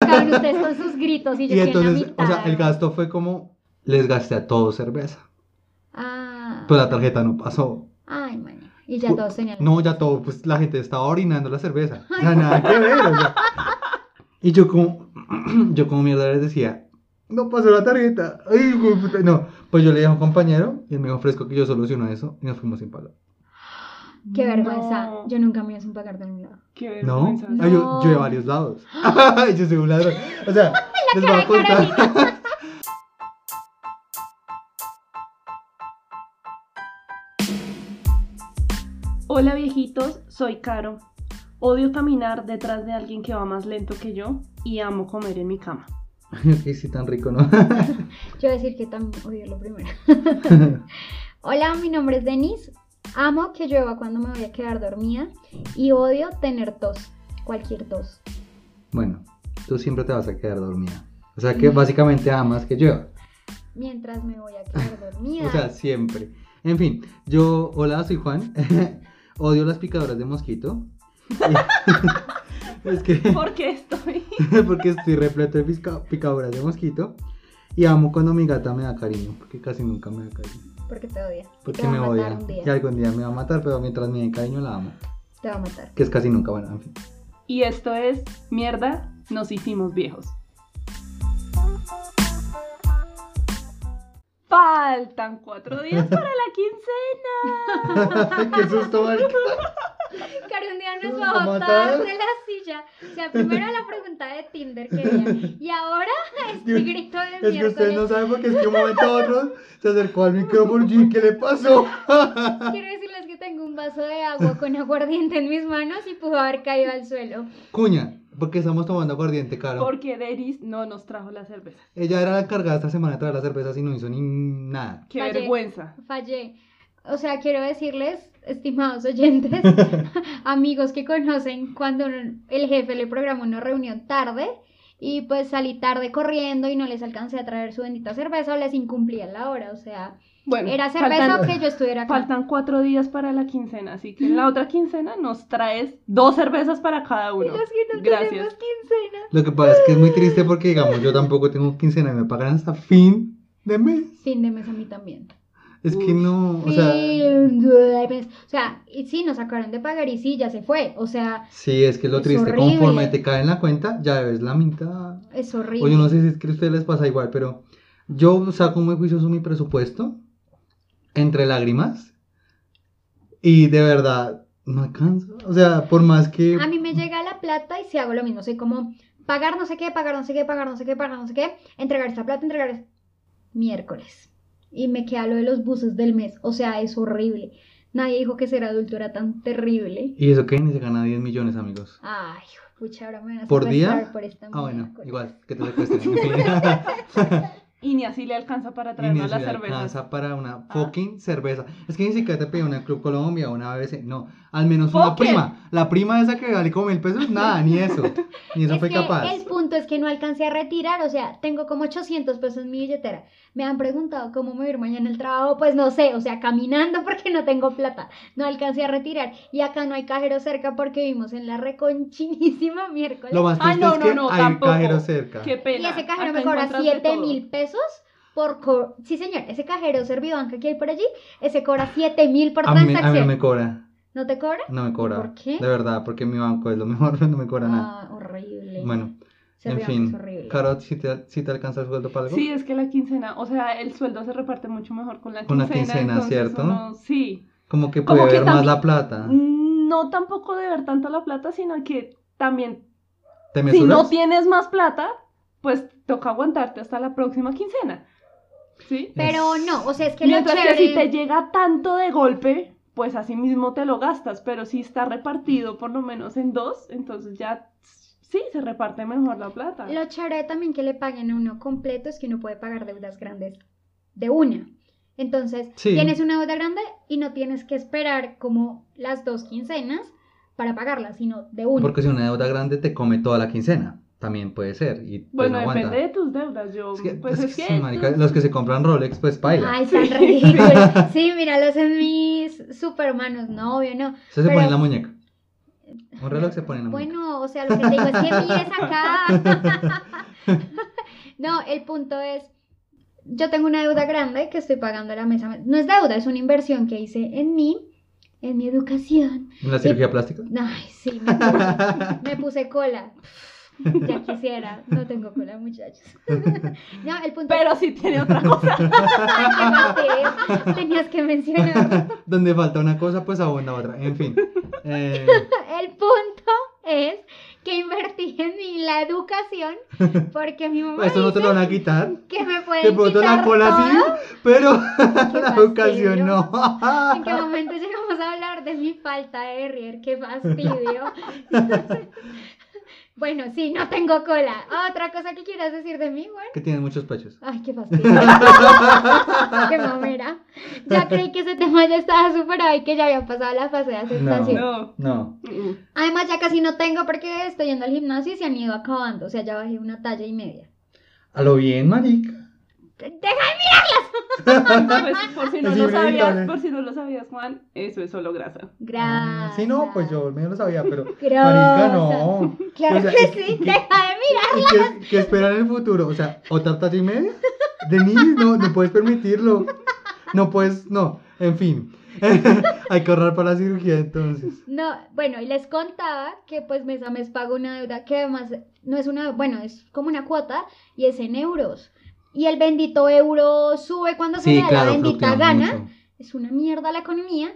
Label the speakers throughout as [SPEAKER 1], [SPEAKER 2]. [SPEAKER 1] acaban ustedes con sus gritos y yo
[SPEAKER 2] Y entonces,
[SPEAKER 1] quiero la
[SPEAKER 2] o
[SPEAKER 1] mitad.
[SPEAKER 2] sea, el gasto fue como, les gasté a todos cerveza.
[SPEAKER 1] Ah.
[SPEAKER 2] Pues la tarjeta no pasó.
[SPEAKER 1] Ay, man. Y ya todos tenían.
[SPEAKER 2] No, ya todo, pues la gente estaba orinando la cerveza. O sea, nada que ver. o sea. Y yo como, yo como mierda les decía, no pasó la tarjeta. Ay, hijo de puta. No, pues yo le dije a un compañero y él me ofrezco que yo soluciono eso y nos fuimos sin pagar.
[SPEAKER 1] Qué vergüenza.
[SPEAKER 3] No,
[SPEAKER 1] Yo nunca me hice un pagar de un lado.
[SPEAKER 3] Qué
[SPEAKER 2] No,
[SPEAKER 3] vergüenza.
[SPEAKER 2] Ay, yo, yo de varios lados. yo soy un ladrón. O sea, les voy a
[SPEAKER 1] cara de
[SPEAKER 2] contar.
[SPEAKER 3] Hola viejitos, soy Caro. Odio caminar detrás de alguien que va más lento que yo y amo comer en mi cama.
[SPEAKER 2] Es que sí, tan rico, ¿no?
[SPEAKER 1] Yo decir que también odio lo primero. Hola, mi nombre es Denise. Amo que llueva cuando me voy a quedar dormida y odio tener tos, cualquier tos.
[SPEAKER 2] bueno, tú siempre te vas a quedar dormida. O sea que básicamente amas que yo.
[SPEAKER 1] Mientras me voy a quedar dormida.
[SPEAKER 2] O sea, siempre. En fin, yo, hola, soy Juan. Odio las picadoras de mosquito. es que,
[SPEAKER 3] Porque estoy.
[SPEAKER 2] porque estoy repleto de pisca- picadoras de mosquito. Y amo cuando mi gata me da cariño, porque casi nunca me da cariño.
[SPEAKER 1] porque te odia.
[SPEAKER 2] Porque
[SPEAKER 1] te va
[SPEAKER 2] me
[SPEAKER 1] a matar
[SPEAKER 2] odia.
[SPEAKER 1] un
[SPEAKER 2] Y
[SPEAKER 1] día.
[SPEAKER 2] algún día me va a matar, pero mientras me dé cariño la amo.
[SPEAKER 1] Te va a matar.
[SPEAKER 2] Que es casi nunca, bueno, en fin.
[SPEAKER 3] Y esto es Mierda, nos hicimos viejos. Faltan cuatro días para la quincena.
[SPEAKER 2] ¡Qué susto, marica.
[SPEAKER 1] Claro, un día nos
[SPEAKER 2] Nos
[SPEAKER 1] va a
[SPEAKER 2] va a
[SPEAKER 1] botar
[SPEAKER 2] matar.
[SPEAKER 1] de la silla. O sea, primero la pregunta de Tinder que había. Y ahora este
[SPEAKER 2] Dios,
[SPEAKER 1] grito de
[SPEAKER 2] Es que ustedes no
[SPEAKER 1] miércoles.
[SPEAKER 2] saben porque es que un momento a otro se acercó al micrófono y ¿qué le pasó?
[SPEAKER 1] Quiero decirles que tengo un vaso de agua con aguardiente en mis manos y pudo haber caído al suelo.
[SPEAKER 2] Cuña, porque estamos tomando aguardiente, caro.
[SPEAKER 3] Porque Deris no nos trajo la cerveza.
[SPEAKER 2] Ella era la encargada esta semana de traer las cervezas y no hizo ni nada.
[SPEAKER 3] Qué
[SPEAKER 1] Vaya.
[SPEAKER 3] vergüenza.
[SPEAKER 1] Fallé. O sea, quiero decirles, estimados oyentes, amigos que conocen, cuando un- el jefe le programó una reunión tarde y pues salí tarde corriendo y no les alcancé a traer su bendita cerveza o les incumplía la hora. O sea,
[SPEAKER 3] Bueno,
[SPEAKER 1] era cerveza
[SPEAKER 3] faltan,
[SPEAKER 1] o que yo estuviera acá.
[SPEAKER 3] faltan cuatro días para la quincena, así que en la otra quincena nos traes dos cervezas para cada
[SPEAKER 1] Y
[SPEAKER 3] uno.
[SPEAKER 1] los que no tenemos
[SPEAKER 3] Gracias.
[SPEAKER 1] quincena.
[SPEAKER 2] Lo que pasa es que es muy triste porque, digamos, yo tampoco tengo quincena y me pagan hasta fin de mes.
[SPEAKER 1] Fin de mes a mí también.
[SPEAKER 2] Es que
[SPEAKER 3] Uf.
[SPEAKER 2] no, o sea,
[SPEAKER 1] Fin de mes. O sea, y sí, nos acabaron de pagar y sí, ya se fue. O sea,
[SPEAKER 2] sí, es que es lo
[SPEAKER 1] Es
[SPEAKER 2] triste.
[SPEAKER 1] horrible.
[SPEAKER 2] Conforme te cae en la cuenta, ya debes la mitad.
[SPEAKER 1] es horrible.
[SPEAKER 2] O yo no sé si es que a ustedes les pasa igual, pero yo saco muy juicioso mi presupuesto entre lágrimas y de verdad no alcanza. O sea, por más que.
[SPEAKER 1] A mí me llega la plata y si hago lo mismo. Soy como pagar no sé qué, pagar no sé qué, pagar no sé qué, pagar no sé qué, entregar esta plata, entregar es- miércoles. Y me queda lo de los buses del mes. O sea, es horrible. Nadie dijo que ser adulto era tan terrible.
[SPEAKER 2] Y eso que ni se gana 10 millones, amigos.
[SPEAKER 1] Ay, hijo de pucha, ahora me van a
[SPEAKER 2] ¿Por día?
[SPEAKER 1] secuestrar por esta
[SPEAKER 2] Ah, bueno,
[SPEAKER 1] miércoles.
[SPEAKER 2] igual, que te secuestren.
[SPEAKER 3] Y ni así le alcanza para
[SPEAKER 2] Y ni se
[SPEAKER 3] traernos las
[SPEAKER 2] le
[SPEAKER 3] cervezas.
[SPEAKER 2] alcanza para una
[SPEAKER 3] Ah.
[SPEAKER 2] fucking cerveza. Es que ni siquiera te pide una Club Colombia o una BBC. No, al menos una
[SPEAKER 3] Fucking.
[SPEAKER 2] prima. La prima esa que vale como mil pesos, nada, ni eso. Ni eso
[SPEAKER 1] es
[SPEAKER 2] fue
[SPEAKER 1] que
[SPEAKER 2] capaz.
[SPEAKER 1] el punto es que no alcancé a retirar, o sea, tengo como 800 pesos en mi billetera. Me han preguntado cómo me voy a ir mañana al trabajo, pues no sé, o sea, caminando porque no tengo plata. No alcancé a retirar y acá no hay cajero cerca porque vivimos en la reconchinísima miércoles.
[SPEAKER 2] Lo más
[SPEAKER 3] Ah,
[SPEAKER 2] triste
[SPEAKER 3] no,
[SPEAKER 2] es
[SPEAKER 3] no,
[SPEAKER 2] que
[SPEAKER 3] no,
[SPEAKER 2] hay
[SPEAKER 3] tampoco.
[SPEAKER 2] cajero cerca.
[SPEAKER 3] Qué
[SPEAKER 1] y
[SPEAKER 3] pena.
[SPEAKER 1] ese cajero me
[SPEAKER 3] acá
[SPEAKER 1] cobra
[SPEAKER 3] encontraste
[SPEAKER 1] 7
[SPEAKER 3] todo.
[SPEAKER 1] mil pesos por... co- sí, señor, ese cajero Servibanca que hay por allí, ese cobra 7 mil por
[SPEAKER 2] A mí, me- a
[SPEAKER 1] transacción.
[SPEAKER 2] mí no me cobra.
[SPEAKER 1] ¿No te cobra?
[SPEAKER 2] No me cobra.
[SPEAKER 1] ¿Por qué?
[SPEAKER 2] De verdad, porque mi banco es lo mejor, no me cobra nada.
[SPEAKER 1] Ah, horrible.
[SPEAKER 2] Bueno, en
[SPEAKER 1] Servibanca es
[SPEAKER 2] fin.
[SPEAKER 1] horrible.
[SPEAKER 2] Carot, si te, si te alcanza el sueldo para algo.
[SPEAKER 3] Sí, es que la quincena, o sea, el sueldo se reparte mucho mejor con la
[SPEAKER 2] Con
[SPEAKER 3] quincena.
[SPEAKER 2] la quincena,
[SPEAKER 3] entonces
[SPEAKER 2] ¿cierto? Ah.
[SPEAKER 3] uno- sí.
[SPEAKER 2] Como que
[SPEAKER 3] Como
[SPEAKER 2] puede
[SPEAKER 3] que
[SPEAKER 2] ver más
[SPEAKER 3] también- Mm,
[SPEAKER 2] la plata.
[SPEAKER 3] No tampoco de ver tanto la plata, sino que también,
[SPEAKER 2] ¿Te
[SPEAKER 3] si
[SPEAKER 2] mesuras?
[SPEAKER 3] no tienes más plata, pues toca aguantarte hasta la próxima quincena. ¿Sí?
[SPEAKER 1] Pero
[SPEAKER 2] Es-
[SPEAKER 1] no, o sea, es que lo
[SPEAKER 3] Mientras que
[SPEAKER 1] chévere...
[SPEAKER 3] si te llega tanto de golpe, pues así mismo te lo gastas, pero si está repartido por lo menos en dos, entonces ya sí, se reparte mejor la plata.
[SPEAKER 1] Lo chévere también que le paguen a uno completo es que uno puede pagar deudas grandes de una. Entonces,
[SPEAKER 2] Sí.
[SPEAKER 1] tienes una deuda grande y no tienes que esperar como las dos quincenas para pagarla, sino de una.
[SPEAKER 2] Porque si una deuda grande te come toda la quincena, también puede ser. Y pues,
[SPEAKER 3] Bueno,
[SPEAKER 2] no aguanta.
[SPEAKER 3] depende de tus deudas, yo,
[SPEAKER 2] Es que-
[SPEAKER 3] pues
[SPEAKER 2] es
[SPEAKER 3] es
[SPEAKER 2] que
[SPEAKER 3] que...
[SPEAKER 2] sí, marica,
[SPEAKER 3] esto-
[SPEAKER 2] los que se compran Rolex, pues paila.
[SPEAKER 1] Ay, tan ridículo. Sí, míralos en mis supermanos, no, obvio, no.
[SPEAKER 2] se se
[SPEAKER 1] pero-
[SPEAKER 2] pone en la muñeca. Un reloj se pone en la muñeca.
[SPEAKER 1] Bueno, o sea, lo que te digo es que mires acá. no, el punto es, yo tengo una deuda grande que estoy pagando a la mesa. No es deuda, es una inversión que hice en mí, en mi educación.
[SPEAKER 2] ¿En la cirugía plástica?
[SPEAKER 1] Ay, sí, me puse, me puse cola. Ya quisiera, no tengo cola, muchachos. No, el punto
[SPEAKER 3] Pero sí tiene otra cosa.
[SPEAKER 1] Ay, qué fastidio. Tenías que mencionar.
[SPEAKER 2] Donde falta una cosa, pues abunda otra. En fin. Eh,
[SPEAKER 1] El punto es que invertí en mi, la educación porque mi mamá
[SPEAKER 2] esto no te lo van a
[SPEAKER 1] dice
[SPEAKER 2] quitar.
[SPEAKER 1] que me
[SPEAKER 2] De
[SPEAKER 1] pueden
[SPEAKER 2] pronto la
[SPEAKER 1] quitar
[SPEAKER 2] cola
[SPEAKER 1] todo.
[SPEAKER 2] sí, pero la
[SPEAKER 1] fastidio.
[SPEAKER 2] educación no.
[SPEAKER 1] ¿En qué momento llegamos a hablar de mi falta de rier? ¡Qué fastidio! bueno, sí, no tengo cola. ¿Otra cosa que quieras decir de mí, Juan?
[SPEAKER 2] Que tienes muchos pechos.
[SPEAKER 1] Ay, qué fastidio. qué mamera. Ya creí que ese tema ya estaba superado y que ya había pasado la fase de aceptación.
[SPEAKER 3] No.
[SPEAKER 2] No.
[SPEAKER 3] Mm.
[SPEAKER 1] Además, ya casi no tengo porque estoy yendo al gimnasio y se han ido acabando. O sea, ya bajé una talla y media.
[SPEAKER 2] A lo bien, marica.
[SPEAKER 1] Deja
[SPEAKER 3] Pues, por si no
[SPEAKER 2] Es
[SPEAKER 3] lo
[SPEAKER 2] inevitable.
[SPEAKER 3] sabías, por si no lo sabías, Juan, eso es solo grasa.
[SPEAKER 1] Gracias.
[SPEAKER 2] Si no, pues yo medio lo sabía, pero.
[SPEAKER 1] Gracias.
[SPEAKER 2] Marica, no.
[SPEAKER 1] Claro
[SPEAKER 2] O sea,
[SPEAKER 1] que
[SPEAKER 2] ¿y-
[SPEAKER 1] sí,
[SPEAKER 2] y qué-
[SPEAKER 1] deja de mirar.
[SPEAKER 2] ¿Y qué, qué esperar en el futuro? O sea, otra talla y media. Denise, no, no puedes permitirlo. No puedes, no. En fin. Hay que ahorrar para la cirugía entonces.
[SPEAKER 1] No, bueno, y les contaba que pues mes a mes pago una deuda que además no es una, bueno, es como una cuota y es en euros. Y el bendito euro sube cuando se le da la bendita gana. Es una mierda la economía.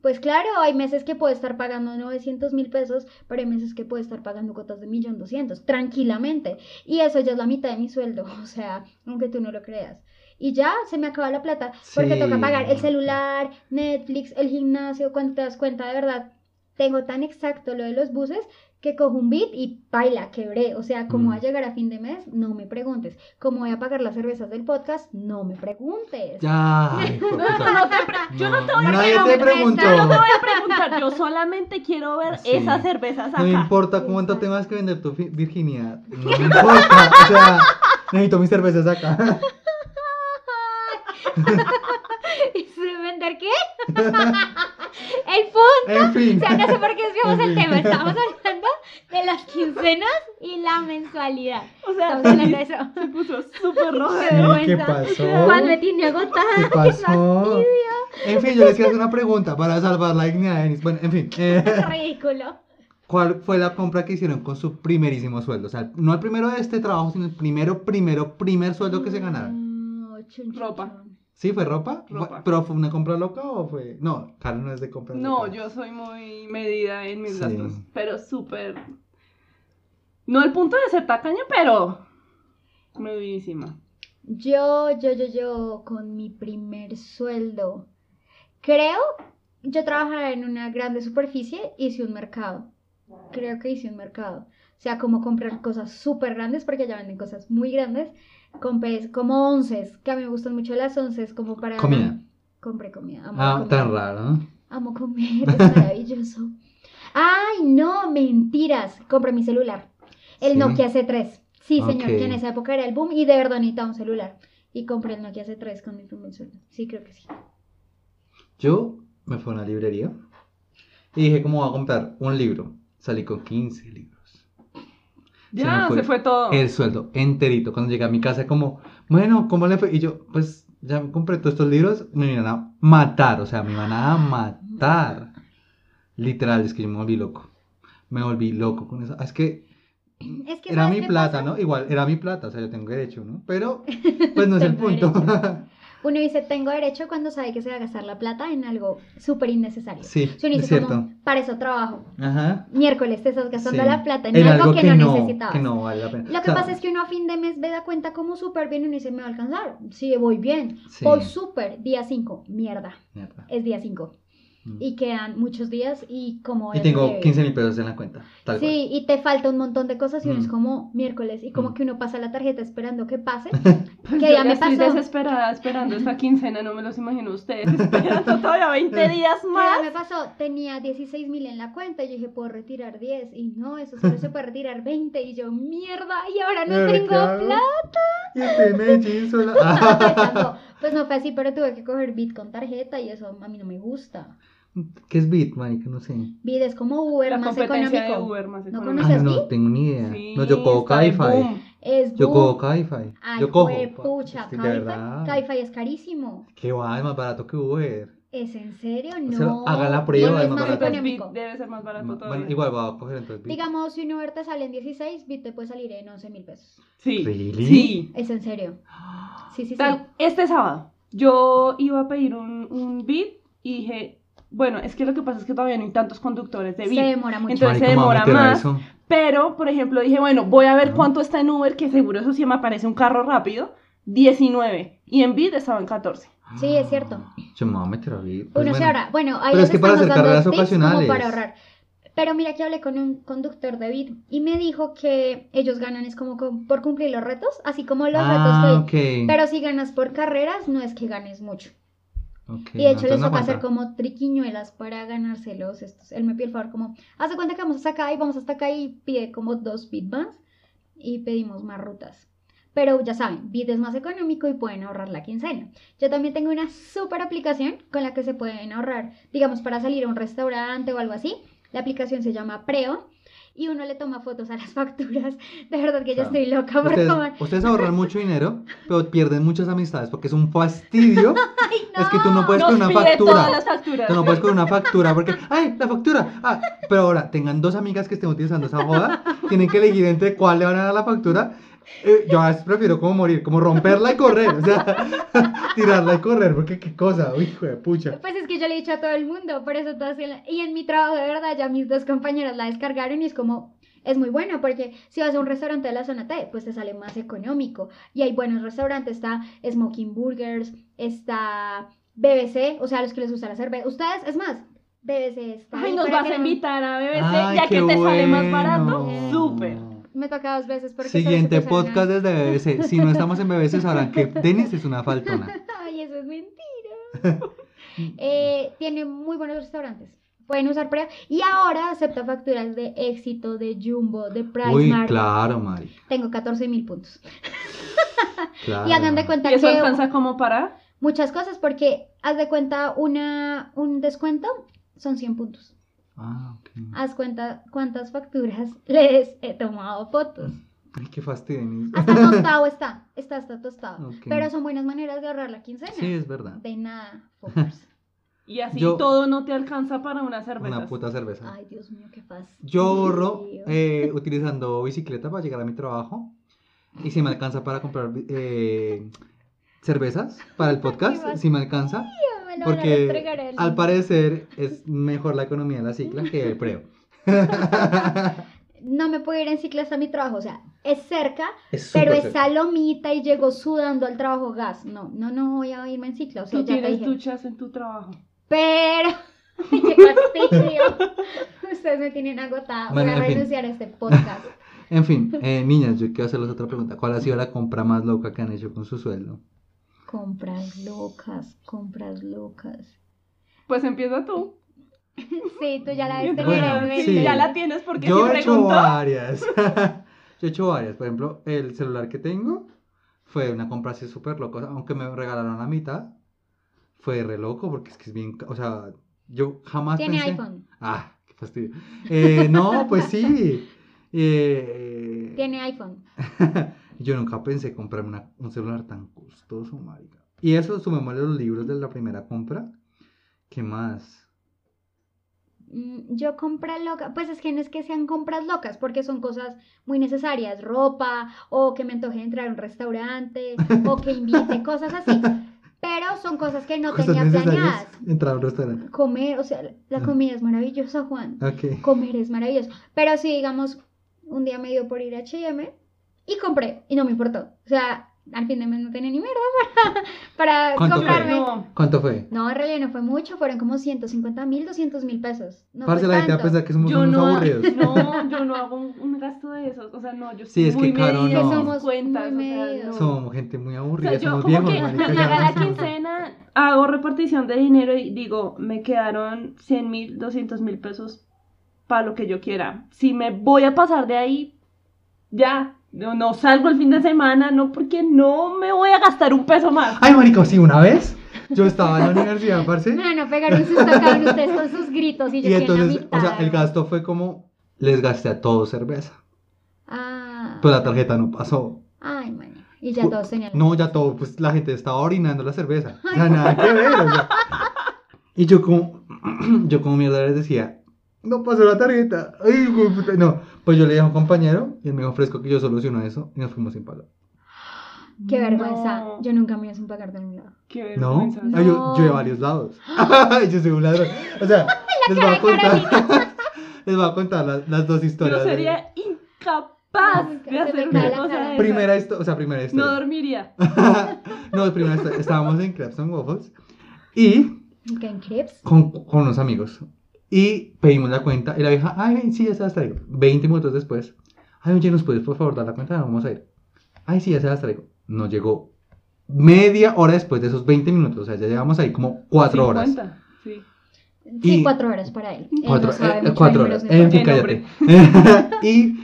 [SPEAKER 1] Pues claro, hay meses que puedo estar pagando 900 mil pesos, pero hay meses que puedo estar pagando cuotas de 1.200.000 tranquilamente. Y eso ya es la mitad de mi sueldo, o sea, aunque tú no lo creas. Y ya se me acaba la plata, porque
[SPEAKER 2] Sí.
[SPEAKER 1] toca pagar el celular, Netflix, el gimnasio, cuando te das cuenta de verdad. Tengo tan exacto lo de los buses que cojo un bit y baila, quebré. O sea, ¿cómo
[SPEAKER 2] Mm.
[SPEAKER 1] va a llegar a fin de mes? No me preguntes. ¿Cómo voy a pagar las cervezas del podcast? No me preguntes.
[SPEAKER 2] Ya. hijo de
[SPEAKER 3] No,
[SPEAKER 2] puta.
[SPEAKER 3] no te pre- yo no te voy a
[SPEAKER 2] Nadie te
[SPEAKER 1] preguntar,
[SPEAKER 2] preguntó.
[SPEAKER 1] yo
[SPEAKER 3] No te voy a preguntar, yo solamente quiero ver
[SPEAKER 2] Ah, Sí.
[SPEAKER 3] esas cervezas acá.
[SPEAKER 2] No importa
[SPEAKER 1] Sí,
[SPEAKER 2] cuánto
[SPEAKER 1] exacto.
[SPEAKER 2] tengas que vender tu fi- virginidad. No me importa. O sea, necesito mis cervezas acá.
[SPEAKER 1] ¿Y se vender qué? el punto.
[SPEAKER 2] En
[SPEAKER 1] O
[SPEAKER 2] fin.
[SPEAKER 1] sea, no sé por qué desviamos el
[SPEAKER 2] En fin.
[SPEAKER 1] tema. Estamos hablando de las quincenas y la mensualidad.
[SPEAKER 3] O sea,
[SPEAKER 1] Estamos hablando de eso.
[SPEAKER 3] se puso súper roja.
[SPEAKER 1] Qué
[SPEAKER 2] Sí, ¿Qué
[SPEAKER 1] vergüenza.
[SPEAKER 2] pasó?
[SPEAKER 1] Juan me tiene agotada.
[SPEAKER 2] ¿Qué pasó? En fin, yo les quiero hacer una pregunta para salvar la dignidad de Denis. Bueno, en fin.
[SPEAKER 1] Qué
[SPEAKER 2] eh,
[SPEAKER 1] ridículo.
[SPEAKER 2] ¿Cuál fue la compra que hicieron con su primerísimo sueldo? O sea, no el primero de este trabajo, sino el primero, primero, primer sueldo que se
[SPEAKER 3] Mm.
[SPEAKER 2] ganaron.
[SPEAKER 1] No, chun, chun,
[SPEAKER 3] Ropa.
[SPEAKER 1] chun.
[SPEAKER 2] ¿Sí? ¿Fue ropa?
[SPEAKER 3] Ropa.
[SPEAKER 2] ¿Fue- ¿Pero fue una compra loca o fue...? No, Carlos no es de compra
[SPEAKER 3] No,
[SPEAKER 2] loca.
[SPEAKER 3] yo soy muy medida en mis
[SPEAKER 2] Sí.
[SPEAKER 3] gastos, pero súper... No al punto de ser tacaña, pero... Medidísima.
[SPEAKER 1] Yo, yo, yo, yo, con mi primer sueldo. Creo, yo trabajaba en una grande superficie, hice un mercado. Creo que hice un mercado. O sea, como comprar cosas súper grandes, porque allá venden cosas muy grandes. Compré como onces, que a mí me gustan mucho las onces, como para...
[SPEAKER 2] Comida.
[SPEAKER 1] Compré comida. Amo
[SPEAKER 2] Ah,
[SPEAKER 1] comer.
[SPEAKER 2] tan raro, ¿no?
[SPEAKER 1] Amo comer, es maravilloso. Ay, no, mentiras. Compré mi celular. El
[SPEAKER 2] ¿Sí?
[SPEAKER 1] Nokia C3. Sí, señor,
[SPEAKER 2] Ok.
[SPEAKER 1] que en esa época era el boom y de verdad necesitaba un celular. Y compré el Nokia C3 con mi primer sueldo. Sí, creo que sí.
[SPEAKER 2] Yo me fui a una librería y dije, ¿cómo voy a comprar un libro? Salí con 15 libros.
[SPEAKER 3] Ya,
[SPEAKER 2] me
[SPEAKER 3] se
[SPEAKER 2] fue
[SPEAKER 3] fue, todo.
[SPEAKER 2] El sueldo enterito. Cuando llegué a mi casa, como, bueno, ¿cómo le fue? Y yo, pues, ya me compré todos estos libros, me iban a matar, o sea, me iban a matar. Literal, es que yo me volví loco. Me volví loco con eso. Ah, Es que
[SPEAKER 1] Es que
[SPEAKER 2] era
[SPEAKER 1] ¿sabes
[SPEAKER 2] mi
[SPEAKER 1] qué
[SPEAKER 2] plata,
[SPEAKER 1] pasa?
[SPEAKER 2] ¿no? Igual, era mi plata, o sea, yo tengo derecho, ¿no? Pero, pues no es el
[SPEAKER 1] Tengo
[SPEAKER 2] punto.
[SPEAKER 1] Uno dice, tengo derecho cuando sabe que se va a gastar la plata en algo súper innecesario.
[SPEAKER 2] sí,
[SPEAKER 1] Si uno
[SPEAKER 2] es
[SPEAKER 1] dice,
[SPEAKER 2] cierto.
[SPEAKER 1] como, para eso trabajo.
[SPEAKER 2] Ajá.
[SPEAKER 1] Miércoles te estás gastando
[SPEAKER 2] sí.
[SPEAKER 1] la plata en, algo, que, no, necesitabas.
[SPEAKER 2] Que no vale la pena.
[SPEAKER 1] Lo que pasa es que uno a fin de mes ve da cuenta como súper bien y uno dice, me va a alcanzar. Sí, voy bien.
[SPEAKER 2] Sí.
[SPEAKER 1] Voy súper, día 5, mierda,
[SPEAKER 2] Mierda.
[SPEAKER 1] es día 5.
[SPEAKER 2] Mm.
[SPEAKER 1] Y quedan muchos días y como...
[SPEAKER 2] Y
[SPEAKER 1] es
[SPEAKER 2] tengo
[SPEAKER 1] breve.
[SPEAKER 2] 15 mil pesos en la cuenta. Tal cual.
[SPEAKER 1] Sí, y te falta un montón de cosas y uno es
[SPEAKER 2] Mm.
[SPEAKER 1] como miércoles y como
[SPEAKER 2] Mm.
[SPEAKER 1] que uno pasa la tarjeta esperando que pase.
[SPEAKER 3] Pues
[SPEAKER 1] que
[SPEAKER 3] yo
[SPEAKER 1] ya me
[SPEAKER 3] estoy
[SPEAKER 1] pasó.
[SPEAKER 3] desesperada esperando esta quincena, no me los imagino a ustedes esperando todavía 20 días
[SPEAKER 1] Pero
[SPEAKER 3] más.
[SPEAKER 1] me pasó, tenía 16 mil en la cuenta y yo dije, puedo retirar 10 y no, eso solo se puede retirar 20 y yo, mierda, y ahora no
[SPEAKER 2] Ahora, ¿qué
[SPEAKER 1] tengo
[SPEAKER 2] hago?
[SPEAKER 1] plata. Ah.
[SPEAKER 2] Y estoy en Medellín sola.
[SPEAKER 1] pues, No, pues no fue así, pero tuve que coger bit con tarjeta y eso a mí no me gusta.
[SPEAKER 2] ¿Qué es Bit, marica? No sé.
[SPEAKER 1] Bid es como Uber
[SPEAKER 3] la
[SPEAKER 1] más
[SPEAKER 3] competencia
[SPEAKER 1] económico.
[SPEAKER 3] de Uber más
[SPEAKER 1] ¿No
[SPEAKER 3] económico.
[SPEAKER 1] conoces?
[SPEAKER 2] Ah, no,
[SPEAKER 1] Bit?
[SPEAKER 2] tengo ni idea.
[SPEAKER 3] Sí,
[SPEAKER 2] no, yo cojo
[SPEAKER 3] está de
[SPEAKER 2] Cabify.
[SPEAKER 3] boom.
[SPEAKER 1] Es
[SPEAKER 2] Yo
[SPEAKER 1] Boom.
[SPEAKER 2] cojo Cabify.
[SPEAKER 1] Ay,
[SPEAKER 2] yo cojo.
[SPEAKER 1] pucha,
[SPEAKER 2] Este, de
[SPEAKER 1] Cabify,
[SPEAKER 2] verdad.
[SPEAKER 1] Cabify es carísimo.
[SPEAKER 2] Que va, es más barato que Uber.
[SPEAKER 1] ¿Es en serio? No.
[SPEAKER 2] O sea, haga la prueba,
[SPEAKER 1] Uber
[SPEAKER 2] es
[SPEAKER 1] es
[SPEAKER 2] más
[SPEAKER 1] más
[SPEAKER 2] barato.
[SPEAKER 1] económico.
[SPEAKER 3] Debe ser más barato
[SPEAKER 2] Ma-
[SPEAKER 3] todavía.
[SPEAKER 2] Bueno, igual va a coger entonces. Bit.
[SPEAKER 1] Digamos, si un Uber te sale en 16, Bit te puede salir en 11 mil pesos.
[SPEAKER 3] Sí.
[SPEAKER 2] ¿Really?
[SPEAKER 3] Sí.
[SPEAKER 1] ¿Es en serio? Sí, sí, sí.
[SPEAKER 3] Tal, este sábado, yo iba a pedir un, un beat y dije, bueno, es que lo que pasa es que todavía no hay tantos conductores de
[SPEAKER 1] Se
[SPEAKER 3] beat.
[SPEAKER 1] demora mucho.
[SPEAKER 3] Entonces se
[SPEAKER 2] me voy a
[SPEAKER 3] demora
[SPEAKER 2] meter a
[SPEAKER 3] más.
[SPEAKER 2] eso.
[SPEAKER 3] Pero, por ejemplo, dije, bueno, voy a ver
[SPEAKER 2] Ajá.
[SPEAKER 3] cuánto está en Uber, que seguro eso sí me aparece un carro rápido. 19. Y en Bit estaban 14.
[SPEAKER 1] Sí, es cierto.
[SPEAKER 2] Yo me voy a meter a Bit. Pues
[SPEAKER 1] Uno se
[SPEAKER 2] bueno.
[SPEAKER 1] ahorra. Bueno, ahí
[SPEAKER 2] Pero
[SPEAKER 1] les
[SPEAKER 2] es que para
[SPEAKER 1] estamos
[SPEAKER 2] hacer
[SPEAKER 1] dando
[SPEAKER 2] carreras
[SPEAKER 1] tips
[SPEAKER 2] ocasionales.
[SPEAKER 1] Como para ahorrar. Pero mira que hablé con un conductor de Bit y me dijo que ellos ganan es como con- por cumplir los retos, así como los
[SPEAKER 2] ah,
[SPEAKER 1] retos que...
[SPEAKER 2] ok.
[SPEAKER 1] Pero si ganas por carreras, no es que ganes mucho.
[SPEAKER 2] Ok,
[SPEAKER 1] Y de hecho
[SPEAKER 2] Mm, entonces
[SPEAKER 1] les
[SPEAKER 2] no
[SPEAKER 1] toca hacer
[SPEAKER 2] cuenta.
[SPEAKER 1] como triquiñuelas para ganárselos estos. Él me pide el favor como, haz de cuenta que vamos hasta acá y vamos hasta acá y pide como dos bit más y pedimos más rutas. Pero ya saben, bit es más económico y pueden ahorrar la quincena. Yo también tengo una super aplicación con la que se pueden ahorrar, digamos, para salir a un restaurante o algo así. La aplicación se llama Preo y uno le toma fotos a las facturas. De verdad que yo
[SPEAKER 2] Claro.
[SPEAKER 1] estoy loca por tomar.
[SPEAKER 2] Ustedes, ustedes ahorran mucho dinero, pero pierden muchas amistades porque es un fastidio. Es que tú no puedes
[SPEAKER 3] Nos
[SPEAKER 2] Pues con una
[SPEAKER 3] pide todas las
[SPEAKER 2] factura.
[SPEAKER 3] facturas.
[SPEAKER 2] Tú no puedes con una factura porque, ¡ay, la factura! Ah, pero ahora, tengan dos amigas que estén utilizando esa joda, tienen que elegir entre cuál le van a dar la factura. Eh, yo a veces prefiero como morir, como romperla y correr, o sea, tirarla y correr, porque qué cosa, uy, hijo de pucha.
[SPEAKER 1] Pues es que yo le he dicho a todo el mundo, por eso todas... Y en mi trabajo, de verdad, ya mis dos compañeras la descargaron y es como... Es muy bueno porque si vas a un restaurante de la zona T, pues te sale más económico. Y hay buenos restaurantes, está Smoking Burgers, está BBC, o sea, a los que les gusta la cerveza. Ustedes, es más, BBC está...
[SPEAKER 3] Ay,
[SPEAKER 1] ahí
[SPEAKER 3] nos
[SPEAKER 1] para
[SPEAKER 3] vas
[SPEAKER 1] que
[SPEAKER 3] a
[SPEAKER 1] no-
[SPEAKER 3] invitar a BBC,
[SPEAKER 2] Ay,
[SPEAKER 3] ya que
[SPEAKER 2] qué
[SPEAKER 3] te sale más barato.
[SPEAKER 2] bueno.
[SPEAKER 3] Súper.
[SPEAKER 1] Me toca dos veces porque... soy
[SPEAKER 2] Siguiente
[SPEAKER 1] súper sangrona.
[SPEAKER 2] podcast desde BBC. Si no estamos en BBC, sabrán que Dennis es una faltona.
[SPEAKER 1] Ay, eso es mentira. Eh, tiene muy buenos restaurantes. Pueden usar Preo. Y ahora acepta facturas de éxito, de Jumbo, de
[SPEAKER 2] Uy,
[SPEAKER 1] Pricemark.
[SPEAKER 2] claro, Mari.
[SPEAKER 1] Tengo 14 mil puntos.
[SPEAKER 2] Claro.
[SPEAKER 1] Y hagan de
[SPEAKER 3] Y
[SPEAKER 1] cuenta
[SPEAKER 3] eso
[SPEAKER 1] que
[SPEAKER 3] alcanza como para...
[SPEAKER 1] muchas cosas, porque haz de cuenta una, un descuento son 100 puntos.
[SPEAKER 2] Ah, ok.
[SPEAKER 1] Haz cuenta cuántas facturas les he tomado fotos.
[SPEAKER 2] Ay, qué fastidio, Denise.
[SPEAKER 3] Ah,
[SPEAKER 1] Hasta tostado está. Está hasta tostado.
[SPEAKER 2] Ok.
[SPEAKER 1] Pero son buenas maneras de ahorrar la quincena.
[SPEAKER 2] Sí, es verdad.
[SPEAKER 1] De nada, fuckers.
[SPEAKER 3] Y así
[SPEAKER 2] Yo-
[SPEAKER 3] todo no te alcanza para una cerveza.
[SPEAKER 2] Una puta cerveza.
[SPEAKER 1] Ay, Dios mío, qué fácil.
[SPEAKER 2] Yo ahorro eh, utilizando bicicleta para llegar a mi trabajo. Y si me alcanza para comprar eh, cervezas para el podcast, si me alcanza.
[SPEAKER 1] Me lo van a restregar
[SPEAKER 2] Porque
[SPEAKER 1] el-
[SPEAKER 2] al parecer es mejor la economía de la cicla que el preo.
[SPEAKER 1] no me puedo ir en cicla hasta mi trabajo, o sea, es cerca,
[SPEAKER 2] Es
[SPEAKER 1] pero
[SPEAKER 2] súper
[SPEAKER 1] es
[SPEAKER 2] cerca.
[SPEAKER 1] salomita y llego sudando al trabajo gas. No, no, no voy a irme en cicla, o sea,
[SPEAKER 3] Tú
[SPEAKER 1] ya te
[SPEAKER 3] tienes
[SPEAKER 1] dije.
[SPEAKER 3] duchas en tu trabajo.
[SPEAKER 1] Pero, qué fastidio. Ustedes me tienen agotada.
[SPEAKER 2] Bueno,
[SPEAKER 1] voy a
[SPEAKER 2] en fin.
[SPEAKER 1] renunciar a este podcast.
[SPEAKER 2] En fin, eh, niñas, yo quiero hacerles otra pregunta. ¿Cuál ha sido la compra más loca que han hecho con su sueldo?
[SPEAKER 1] compras locas, compras locas.
[SPEAKER 3] Pues empieza tú.
[SPEAKER 1] Sí, tú ya la
[SPEAKER 3] Yo
[SPEAKER 1] ves
[SPEAKER 3] te
[SPEAKER 1] tener
[SPEAKER 2] Bueno,
[SPEAKER 1] en
[SPEAKER 2] sí.
[SPEAKER 1] mente.
[SPEAKER 3] Ya la tienes porque
[SPEAKER 2] Yo
[SPEAKER 3] si
[SPEAKER 2] he hecho
[SPEAKER 3] pregunto...
[SPEAKER 2] varias. yo he hecho varias. Por ejemplo, el celular que tengo fue una compra así súper loca. Aunque me regalaron la mitad, fue re loco porque es que es bien. ca- O sea, yo jamás
[SPEAKER 1] Tiene
[SPEAKER 2] pensé.
[SPEAKER 1] iPhone,
[SPEAKER 2] Ah, qué fastidio. Eh, no, pues sí. Eh,
[SPEAKER 1] tiene iPhone.
[SPEAKER 2] yo nunca pensé comprarme una- un celular tan costoso, marica. Y eso, sumémosle los libros de la primera compra. ¿Qué más?
[SPEAKER 1] Mm, Yo compra loca, pues es que no es que sean compras locas, porque son cosas muy necesarias, ropa, o que me antoje entrar a un restaurante, o que invite, cosas así. Pero son cosas que no
[SPEAKER 2] Cosas
[SPEAKER 1] tenía
[SPEAKER 2] necesarias.
[SPEAKER 1] planeadas.
[SPEAKER 2] Entrar a un restaurante.
[SPEAKER 1] Comer, o sea, la- la
[SPEAKER 2] Ah.
[SPEAKER 1] comida es maravillosa, Juan.
[SPEAKER 2] Ok.
[SPEAKER 1] Comer es maravilloso. Pero si, digamos, un día me dio por ir a H&M y compré, y no me importó. O sea, al fin de mes no tenía ni mierda para, para
[SPEAKER 2] ¿Cuánto fue?
[SPEAKER 1] comprarme. No.
[SPEAKER 3] No,
[SPEAKER 2] ¿Cuánto fue?
[SPEAKER 1] en realidad no fue mucho, fueron como 150 mil, 200 mil pesos. No
[SPEAKER 2] Parce,
[SPEAKER 1] fue
[SPEAKER 2] la gente va a
[SPEAKER 1] tanto.
[SPEAKER 2] pensar que somos
[SPEAKER 3] yo
[SPEAKER 2] unos
[SPEAKER 3] no,
[SPEAKER 2] aburridos.
[SPEAKER 3] no, yo no hago un, un gasto de esos. O sea, no, yo
[SPEAKER 2] Sí,
[SPEAKER 3] soy
[SPEAKER 2] es que
[SPEAKER 3] muy
[SPEAKER 2] caro,
[SPEAKER 3] medida en
[SPEAKER 2] no.
[SPEAKER 3] mis
[SPEAKER 1] Somos
[SPEAKER 3] cuentas.
[SPEAKER 1] muy
[SPEAKER 3] o sea,
[SPEAKER 1] medidos.
[SPEAKER 3] no.
[SPEAKER 2] Somos gente muy
[SPEAKER 3] O sea,
[SPEAKER 2] aburrida,
[SPEAKER 3] yo
[SPEAKER 2] somos
[SPEAKER 3] como
[SPEAKER 2] viejos,
[SPEAKER 3] que
[SPEAKER 2] marica,
[SPEAKER 3] me
[SPEAKER 2] ya
[SPEAKER 3] llega
[SPEAKER 2] no
[SPEAKER 3] la
[SPEAKER 2] somos-
[SPEAKER 3] quincena, hago repartición de dinero y digo, me quedaron 100 mil, 200 mil pesos para lo que yo quiera. Si me voy a pasar de ahí, ya, no, no salgo el fin de semana, no, porque no me voy a gastar un peso más.
[SPEAKER 2] Ay, marica, sí, una vez Yo estaba en la universidad, parce.
[SPEAKER 1] Me van a pegar un susto cabrón ustedes con sus gritos y yo
[SPEAKER 2] Y
[SPEAKER 1] quiero la
[SPEAKER 2] entonces,
[SPEAKER 1] mitad.
[SPEAKER 2] o sea, el gasto fue como, les gasté a todos cerveza.
[SPEAKER 1] Ah.
[SPEAKER 2] Pues la tarjeta no pasó.
[SPEAKER 1] Ay, man. Y ya todos tenían.
[SPEAKER 2] No, ya todo, pues la gente estaba orinando la cerveza. O sea, nada que ver, o sea. Y yo como, yo como mierda les decía, no pasó la tarjeta. Ay, hijo de puta. No, pues yo le dije a un compañero y él me dijo fresco que yo soluciono eso y nos fuimos sin pagar.
[SPEAKER 1] Qué vergüenza.
[SPEAKER 3] No,
[SPEAKER 1] Yo nunca me hice un pagar de un lado.
[SPEAKER 3] Qué
[SPEAKER 2] No,
[SPEAKER 3] vergüenza.
[SPEAKER 2] Ay, yo,
[SPEAKER 1] No.
[SPEAKER 2] yo de varios lados. yo soy un ladrón. O sea, les voy a
[SPEAKER 1] cara de
[SPEAKER 2] contar. les voy a contar las, las dos
[SPEAKER 3] Yo
[SPEAKER 2] historias.
[SPEAKER 3] sería incapaz
[SPEAKER 1] No,
[SPEAKER 3] de
[SPEAKER 1] se
[SPEAKER 3] hacer
[SPEAKER 1] me
[SPEAKER 2] cae
[SPEAKER 3] una
[SPEAKER 2] la
[SPEAKER 3] cosa
[SPEAKER 1] cara.
[SPEAKER 3] de esas.
[SPEAKER 2] Primera historia, o sea, primera
[SPEAKER 3] No
[SPEAKER 2] historia.
[SPEAKER 3] dormiría.
[SPEAKER 2] No, primera historia. Estábamos en Crabson Waffles y
[SPEAKER 1] ¿Nunca en crepes?
[SPEAKER 2] con, con unos amigos. Y pedimos la cuenta. Y la vieja, ay, sí, ya se las traigo. 20 minutos después, ay, oye, ¿nos puedes por favor dar la cuenta? Vamos a ir. Ay, sí, ya se las traigo. No llegó media hora después de esos 20 minutos. O sea, ya llevamos ahí como 4 horas.
[SPEAKER 3] 50, Sí.
[SPEAKER 1] Sí,
[SPEAKER 2] Y-
[SPEAKER 1] cuatro horas para él. Él no
[SPEAKER 2] Cuatro,
[SPEAKER 1] sabe
[SPEAKER 2] eh,
[SPEAKER 1] mucho de
[SPEAKER 2] cuatro
[SPEAKER 1] números
[SPEAKER 2] horas.
[SPEAKER 1] ni
[SPEAKER 2] En
[SPEAKER 1] cuánto.
[SPEAKER 2] fin,
[SPEAKER 3] Eh, no,
[SPEAKER 2] cállate. y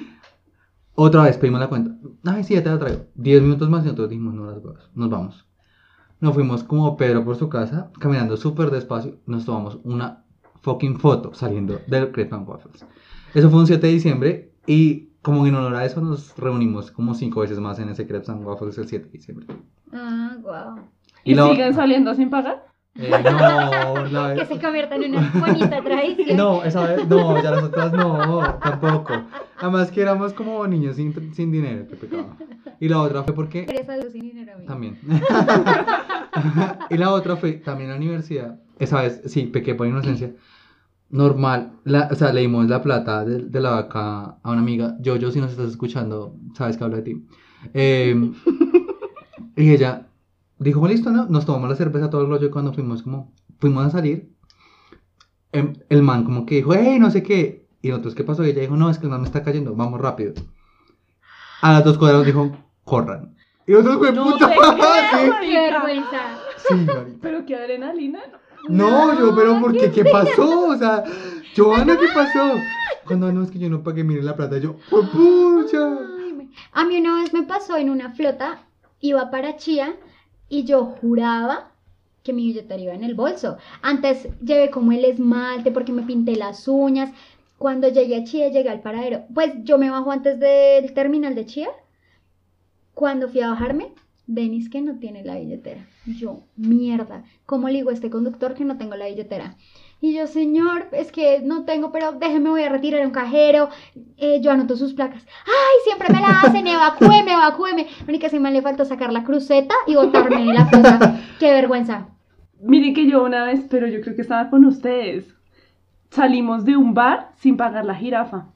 [SPEAKER 2] otra vez pedimos la cuenta. Ay, sí, ya te la traigo. Diez minutos más y nosotros dijimos, no las huevas, nos vamos. Nos fuimos como Pedro por su casa, caminando súper despacio. Nos tomamos una fucking foto saliendo del Cretan Waffles. Eso fue un 7 de diciembre y como en honor a eso nos reunimos como cinco veces más en ese Cretan Waffles el 7 de diciembre.
[SPEAKER 1] Ah, wow.
[SPEAKER 3] ¿Y,
[SPEAKER 2] la-
[SPEAKER 3] siguen saliendo sin pagar?
[SPEAKER 2] Eh, no, la-
[SPEAKER 1] Que se convierta en una bonita tradición.
[SPEAKER 2] No, esa vez, no, ya las otras no, tampoco. Además que éramos como niños sin, sin dinero, qué pecado. Y la otra fue porque
[SPEAKER 1] Eres algo sin dinero, amigo.
[SPEAKER 2] también. y la otra fue también a la universidad. Esa vez, sí, pequé por inocencia. Normal, la, o sea, le dimos la plata de, de la vaca a una amiga. Yo, yo, si nos estás escuchando, sabes que hablo de ti. Eh, y ella dijo, bueno, listo, ¿no? Nos tomamos la cerveza todo el rollo y cuando fuimos como, fuimos a salir. em, el man como que dijo, hey, no sé qué. Y nosotros, ¿qué pasó? Y ella dijo, no, es que el man me está cayendo, vamos rápido. A las dos cuadras nos dijo, corran. Y nosotros, güey,
[SPEAKER 3] No
[SPEAKER 2] puta.
[SPEAKER 3] te creo,
[SPEAKER 2] sí,
[SPEAKER 3] güey.
[SPEAKER 1] ¡Qué vergüenza!
[SPEAKER 2] sí, marica.
[SPEAKER 3] Pero qué adrenalina. ¿no?
[SPEAKER 2] No,
[SPEAKER 1] No,
[SPEAKER 2] yo, pero ¿por
[SPEAKER 1] qué
[SPEAKER 2] qué? ¿Qué pasó? O sea, Giovanna, ¿qué pasó? Cuando "Ah, no, es que yo no pagué, miren la plata. Yo, "Jue pucha.
[SPEAKER 1] Ay, me- A mí una vez me pasó en una flota, iba para Chía y yo juraba que mi billetera iba en el bolso. Antes llevé como el esmalte porque me pinté las uñas. Cuando llegué a Chía, llegué al paradero. Pues yo me bajo antes del terminal de Chía. Cuando fui a bajarme, Denis que no tiene la billetera. Yo, mierda, ¿cómo le digo a este conductor que no tengo la billetera? Y yo, señor, es que no tengo, pero déjeme, voy a retirar un cajero. Eh, yo anoto sus placas. ¡Ay, siempre me la hacen! ¡Evacúeme, evacúeme! Única si me le falta sacar la cruceta y botarme de la flota. ¡Qué vergüenza!
[SPEAKER 3] Miren que yo una vez, pero yo creo que estaba con ustedes. Salimos de un bar sin pagar la jirafa.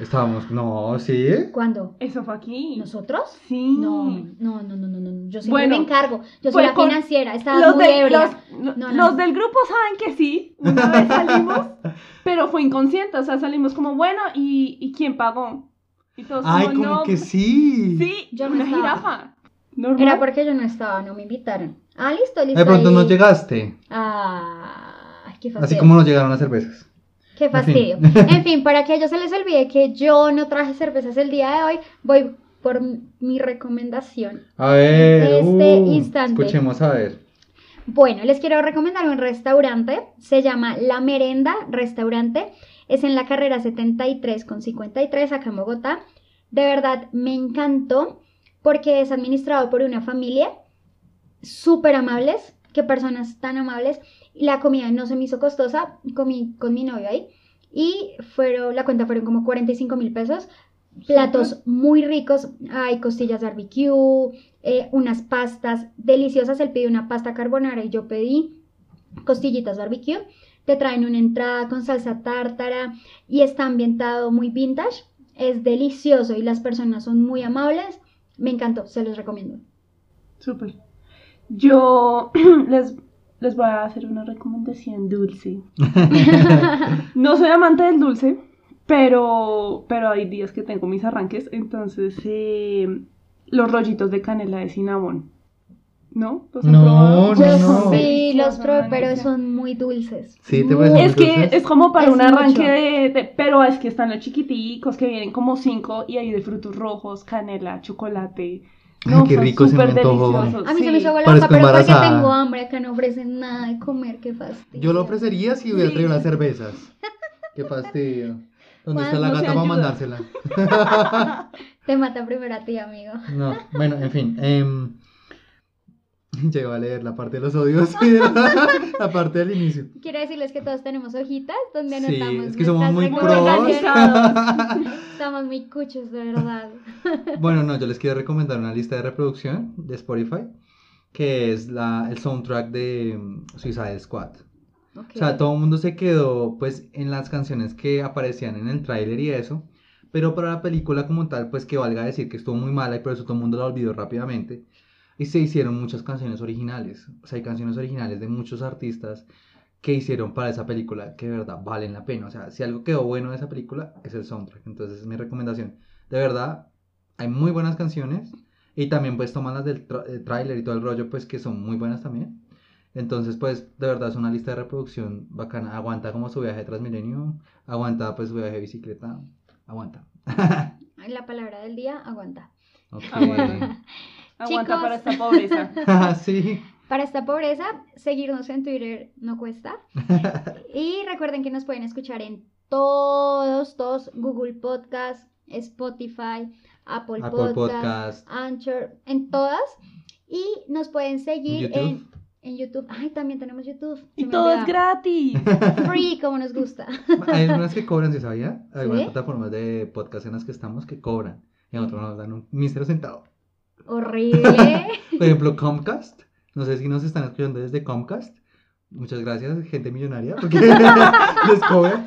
[SPEAKER 2] Estábamos, no, sí.
[SPEAKER 1] ¿Cuándo?
[SPEAKER 3] Eso fue aquí.
[SPEAKER 1] ¿Nosotros?
[SPEAKER 3] Sí.
[SPEAKER 2] Mm.
[SPEAKER 1] No, no, no, no, no, no. Yo siempre
[SPEAKER 3] Bueno,
[SPEAKER 1] me encargo. Yo soy
[SPEAKER 2] pues
[SPEAKER 3] fue
[SPEAKER 1] la
[SPEAKER 3] con
[SPEAKER 1] financiera. Estaba
[SPEAKER 3] Los,
[SPEAKER 1] muy
[SPEAKER 3] del-
[SPEAKER 1] ebria.
[SPEAKER 3] los- no,
[SPEAKER 1] no,
[SPEAKER 3] los
[SPEAKER 1] no.
[SPEAKER 3] del grupo saben que sí, una vez salimos, pero fue inconsciente, o sea, salimos como, bueno, ¿y, y quién pagó? Y todos
[SPEAKER 2] Ay,
[SPEAKER 3] como,
[SPEAKER 2] como
[SPEAKER 3] no, pues,
[SPEAKER 2] que sí.
[SPEAKER 3] sí,
[SPEAKER 1] Yo no
[SPEAKER 3] una
[SPEAKER 1] estaba.
[SPEAKER 3] jirafa. Normal.
[SPEAKER 1] Era porque yo no estaba, no me invitaron. Ah, listo, listo.
[SPEAKER 2] De pronto no
[SPEAKER 1] ahí.
[SPEAKER 2] llegaste.
[SPEAKER 1] Ah, qué fastidio.
[SPEAKER 2] Así como nos llegaron las cervezas.
[SPEAKER 1] Qué fastidio.
[SPEAKER 2] En
[SPEAKER 1] En fin, para que a ellos se les olvide que yo no traje cervezas el día de hoy, voy por m- mi recomendación.
[SPEAKER 2] A ver.
[SPEAKER 1] Este
[SPEAKER 2] uh,
[SPEAKER 1] instante.
[SPEAKER 2] Escuchemos a ver.
[SPEAKER 1] Bueno, les quiero recomendar un restaurante, se llama La Merenda Restaurante, es en la carrera 73 con 53 acá en Bogotá. De verdad, me encantó porque es administrado por una familia súper amables, qué personas tan amables. La comida no se me hizo costosa, comí con mi novio ahí y fueron, la cuenta fueron como 45 mil pesos. Platos muy ricos, hay costillas barbecue, eh, unas pastas deliciosas. Él pidió una pasta carbonara y yo pedí costillitas barbecue. Te traen una entrada con salsa tártara y está ambientado muy vintage. Es delicioso y las personas son muy amables. Me encantó, se los recomiendo.
[SPEAKER 3] Súper. Yo les, les voy a hacer una recomendación dulce. no soy amante del dulce, pero, pero hay días que tengo mis arranques, entonces eh, los rollitos de canela de cinnamon. ¿No? ¿Los han
[SPEAKER 2] No,
[SPEAKER 3] probado?
[SPEAKER 2] no,
[SPEAKER 1] Yo
[SPEAKER 2] no.
[SPEAKER 1] sí los probé, pero
[SPEAKER 3] Delicioso.
[SPEAKER 1] son muy dulces.
[SPEAKER 2] Sí, te
[SPEAKER 1] Muy-
[SPEAKER 2] voy a decir-
[SPEAKER 3] Es que
[SPEAKER 2] Entonces,
[SPEAKER 3] es como para
[SPEAKER 1] es
[SPEAKER 3] un
[SPEAKER 1] mucho.
[SPEAKER 3] arranque de, de- Pero es que están los chiquiticos que vienen como cinco y hay de frutos rojos, canela, chocolate,
[SPEAKER 2] Ay, qué
[SPEAKER 3] son
[SPEAKER 2] rico se me
[SPEAKER 3] súper
[SPEAKER 2] antojó.
[SPEAKER 3] deliciosos,
[SPEAKER 1] A mí se me
[SPEAKER 3] sí.
[SPEAKER 1] hizo agua la
[SPEAKER 2] Parezco
[SPEAKER 1] boca, pero porque
[SPEAKER 2] embarazada.
[SPEAKER 1] tengo hambre. Acá no ofrecen nada de comer, qué fastidio.
[SPEAKER 2] Yo lo ofrecería si hubiera
[SPEAKER 3] Sí.
[SPEAKER 2] traído las cervezas. Qué fastidio. ¿Dónde está
[SPEAKER 1] Juan,
[SPEAKER 2] la
[SPEAKER 3] no se
[SPEAKER 2] gata para
[SPEAKER 3] ayuda.
[SPEAKER 2] mandársela?
[SPEAKER 1] Te mata primero a ti, amigo.
[SPEAKER 2] No, bueno, en fin. em, llegó a leer la parte de los odios y de la, la parte del inicio.
[SPEAKER 1] Quiero decirles que todos tenemos hojitas donde
[SPEAKER 2] Sí,
[SPEAKER 1] anotamos.
[SPEAKER 2] es que somos
[SPEAKER 1] nuestras
[SPEAKER 2] muy
[SPEAKER 3] muy
[SPEAKER 2] pros.
[SPEAKER 1] recomendaciones.
[SPEAKER 3] organizados.
[SPEAKER 1] Estamos muy cuchos, de verdad.
[SPEAKER 2] Bueno, no, yo les quiero recomendar una lista de reproducción de Spotify que es la, el soundtrack de mm, Suicide Squad.
[SPEAKER 1] Ok.
[SPEAKER 2] O sea, todo el mundo se quedó pues en las canciones que aparecían en el tráiler y eso, pero para la película como tal, pues que valga decir que estuvo muy mala y por eso todo el mundo la olvidó rápidamente. Y se hicieron muchas canciones originales, o sea, hay canciones originales de muchos artistas que hicieron para esa película que de verdad valen la pena. O sea, si algo quedó bueno de esa película es el soundtrack, entonces es mi recomendación. De verdad, hay muy buenas canciones y también pues toman las del tra- del tráiler y todo el rollo, pues que son muy buenas también. Entonces, pues, de verdad es una lista de reproducción bacana. Aguanta como su viaje de Transmilenio, aguanta pues su viaje de bicicleta, aguanta.
[SPEAKER 1] Ay, La palabra del día, aguanta.
[SPEAKER 2] Ok.
[SPEAKER 3] Aguanta. Aguanta
[SPEAKER 1] Chicos.
[SPEAKER 3] para esta pobreza.
[SPEAKER 2] sí.
[SPEAKER 1] Para esta pobreza, seguirnos en Twitter no cuesta. Y recuerden que nos pueden escuchar en todos, todos, Google Podcast, Spotify, Apple,
[SPEAKER 2] Apple
[SPEAKER 1] Podcast,
[SPEAKER 2] Podcast,
[SPEAKER 1] Anchor, en todas. Y nos pueden seguir en,
[SPEAKER 2] YouTube.
[SPEAKER 1] en YouTube. Ay, también tenemos YouTube. se
[SPEAKER 3] Y
[SPEAKER 1] me
[SPEAKER 3] todo es
[SPEAKER 1] olvidaba.
[SPEAKER 3] gratis.
[SPEAKER 1] Free, como nos gusta.
[SPEAKER 2] Hay algunas que cobran, ¿sí sabía? Hay algunas
[SPEAKER 1] ¿Sí?
[SPEAKER 2] plataformas de podcast en las que estamos que cobran. Y en otras nos dan un mísero centavo.
[SPEAKER 1] Horrible.
[SPEAKER 2] Por ejemplo, Comcast. No sé si nos están escuchando desde Comcast. Muchas gracias, gente millonaria, porque les cobran.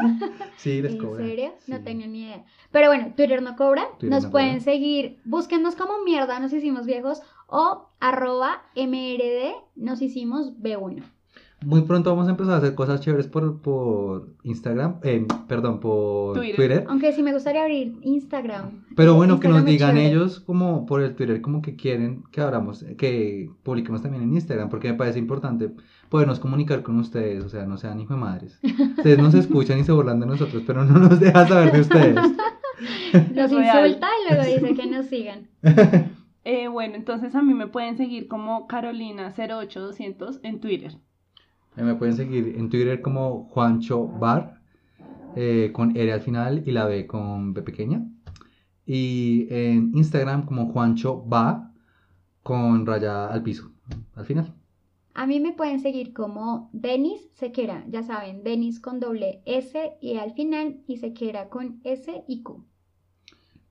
[SPEAKER 2] Sí, les
[SPEAKER 1] ¿En
[SPEAKER 2] cobran.
[SPEAKER 1] serio? No
[SPEAKER 2] Sí.
[SPEAKER 1] tenía ni idea. Pero bueno, Twitter no cobra.
[SPEAKER 2] Twitter
[SPEAKER 1] nos
[SPEAKER 2] no
[SPEAKER 1] pueden
[SPEAKER 2] cobra.
[SPEAKER 1] seguir. Búsquennos como mierda, nos hicimos viejos. O arroba mrd, nos hicimos B1.
[SPEAKER 2] Muy pronto vamos a empezar a hacer cosas chéveres por, por Instagram, eh, perdón, por
[SPEAKER 3] Twitter.
[SPEAKER 2] Twitter.
[SPEAKER 1] Aunque sí me gustaría abrir Instagram.
[SPEAKER 2] Pero bueno, que nos
[SPEAKER 1] Ah, Instagram es
[SPEAKER 2] digan
[SPEAKER 1] chévere.
[SPEAKER 2] ellos como por el Twitter como que quieren que abramos, que publiquemos también en Instagram, porque me parece importante podernos comunicar con ustedes, o sea, no sean hijo de madres. Ustedes nos escuchan y se burlan de nosotros, pero no nos dejan saber de ustedes.
[SPEAKER 1] Nos
[SPEAKER 3] Es real.
[SPEAKER 1] insulta y luego dice que nos sigan.
[SPEAKER 3] Eh, bueno, entonces a mí me pueden seguir como Carolina08200 en Twitter.
[SPEAKER 2] Eh, Me pueden seguir en Twitter como Juancho Bar, eh, con R al final y la B con B pequeña. Y en Instagram como Juancho Ba, con raya al piso, al final.
[SPEAKER 1] A mí me pueden seguir como Denis Sequera. Ya saben, Denis con doble S y al final y Sequera con S y Q.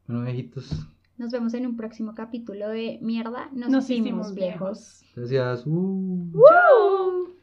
[SPEAKER 2] Bueno, viejitos,
[SPEAKER 1] Nos vemos en un próximo capítulo de Mierda, nos, hicimos, viejos.
[SPEAKER 2] gracias. Uh.
[SPEAKER 3] ¡Chao!